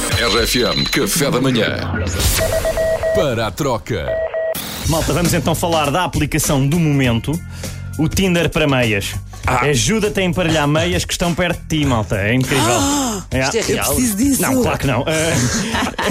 RFM Café da Manhã. Para a troca. Malta, vamos então falar da aplicação do momento, o Tinder para meias. Ah. Ajuda-te a emparelhar meias que estão perto de ti, malta. É incrível. É. Isto é real. disso. Não, claro que não. Eh,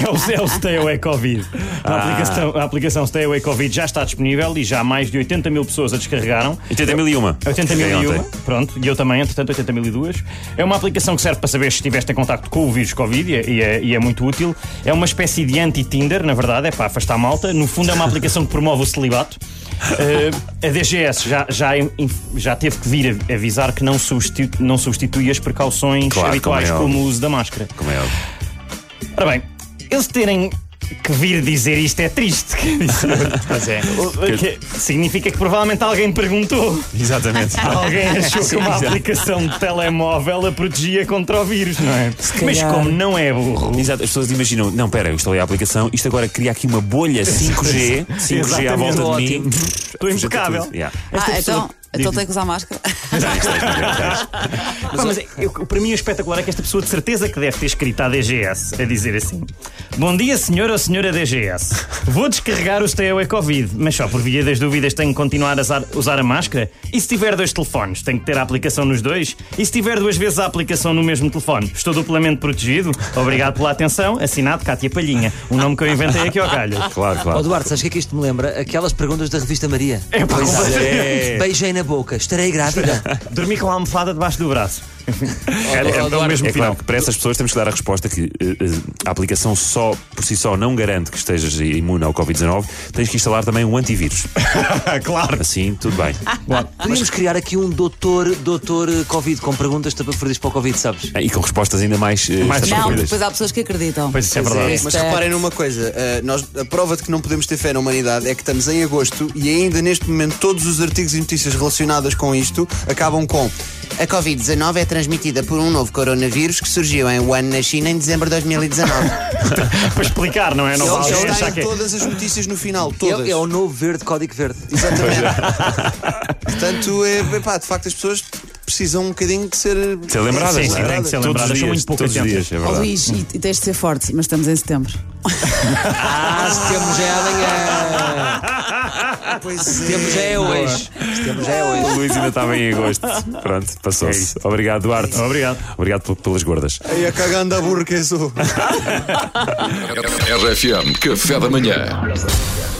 é, o, é o Stay Away Covid. A, aplicação, a aplicação Stay Away Covid já está disponível e já mais de 80 mil pessoas a descarregaram. 80 mil e uma. 80 mil Cheguei e uma, ontem. pronto, e eu também, entretanto, 80 mil e duas. É uma aplicação que serve para saber se estiveste em contacto com o vírus Covid e é, e é- e é muito útil. É uma espécie de anti-Tinder, na verdade, é para afastar a malta. No fundo, é uma aplicação que promove o celibato. Eh, a DGS já, já, em- já teve que vir a- avisar que não substitui, não substitui as precauções Claro, habituais, como é como, óbvio. o uso da máscara. Como é óbvio. Ora bem, eles terem que vir dizer isto é triste. Pois é. significa que provavelmente alguém perguntou. Exatamente. Alguém achou que uma aplicação de telemóvel a protegia contra o vírus, não é? Mas calhar. como não é burro. Exato, as pessoas imaginam, não, pera, eu instalei a aplicação, isto agora cria aqui uma bolha 5G, 5G à Exatamente. volta de mim. Ótimo. Estou impecável. Yeah. Esta Ah, pessoa- então, então Diz-me. tem que usar máscara. Pá, mas é- eu- para mim o espetacular é que esta pessoa de certeza que deve ter escrito à DGS a dizer assim: Bom dia, senhor ou senhora DGS. Vou descarregar o Stay Away Covid, mas só por via das dúvidas tenho que continuar a usar, usar a máscara. E se tiver dois telefones, tenho que ter a aplicação nos dois? E se tiver duas vezes a aplicação no mesmo telefone, estou duplamente protegido? Obrigado pela atenção. Assinado Cátia Palhinha, um nome que eu inventei aqui ao calho. Claro, Ó claro. Duarte, sabes o que é que isto me lembra? Aquelas perguntas da revista Maria. É pá, É. Beijei na boca, estarei grávida. Dormi com a almofada debaixo do braço. É, é, Ó, é o Duarte, mesmo É final. claro que para essas pessoas temos que dar a resposta que eh, eh, a aplicação só por si só não garante que estejas imune ao Covid-19, tens que instalar também um antivírus. claro. Assim, tudo bem. Podíamos criar aqui um doutor, doutor eh, Covid, com perguntas referidas para o Covid, sabes? E com respostas ainda mais, eh, Mais Não, estapafúrdias. depois há pessoas que acreditam. Pois isso é verdade. Isto Mas é- reparem numa coisa, eh, nós, a prova de que não podemos ter fé na humanidade é que estamos em agosto e ainda neste momento todos os artigos e notícias relacionadas com isto acabam com. A Covid-19 é transmitida por um novo coronavírus que surgiu em Wuhan, na China, em dezembro de 2019. Para explicar, não é? Não Eles vale já achar está que em é- todas as notícias no final, todas. É, é o novo verde, código verde. é. Exatamente. Portanto, é, pá, de facto as pessoas precisam um bocadinho de ser... Ser lembradas, Sim, não sim, é? tem que ser Todos lembradas, os são dias, muito pouco todos os atentas. dias, é Ó, verdade. Luís, e, e tens de ser forte, mas estamos em setembro. Ah, setembro já é amanhã. Pois é. Setembro já é hoje. Setembro já é O hoje. Luís ainda estava em agosto. Pronto, passou-se. Obrigado, Duarte. Obrigado. Obrigado pel- pelas gordas. Ai, a cagando a burra que sou. RFM Café da Manhã.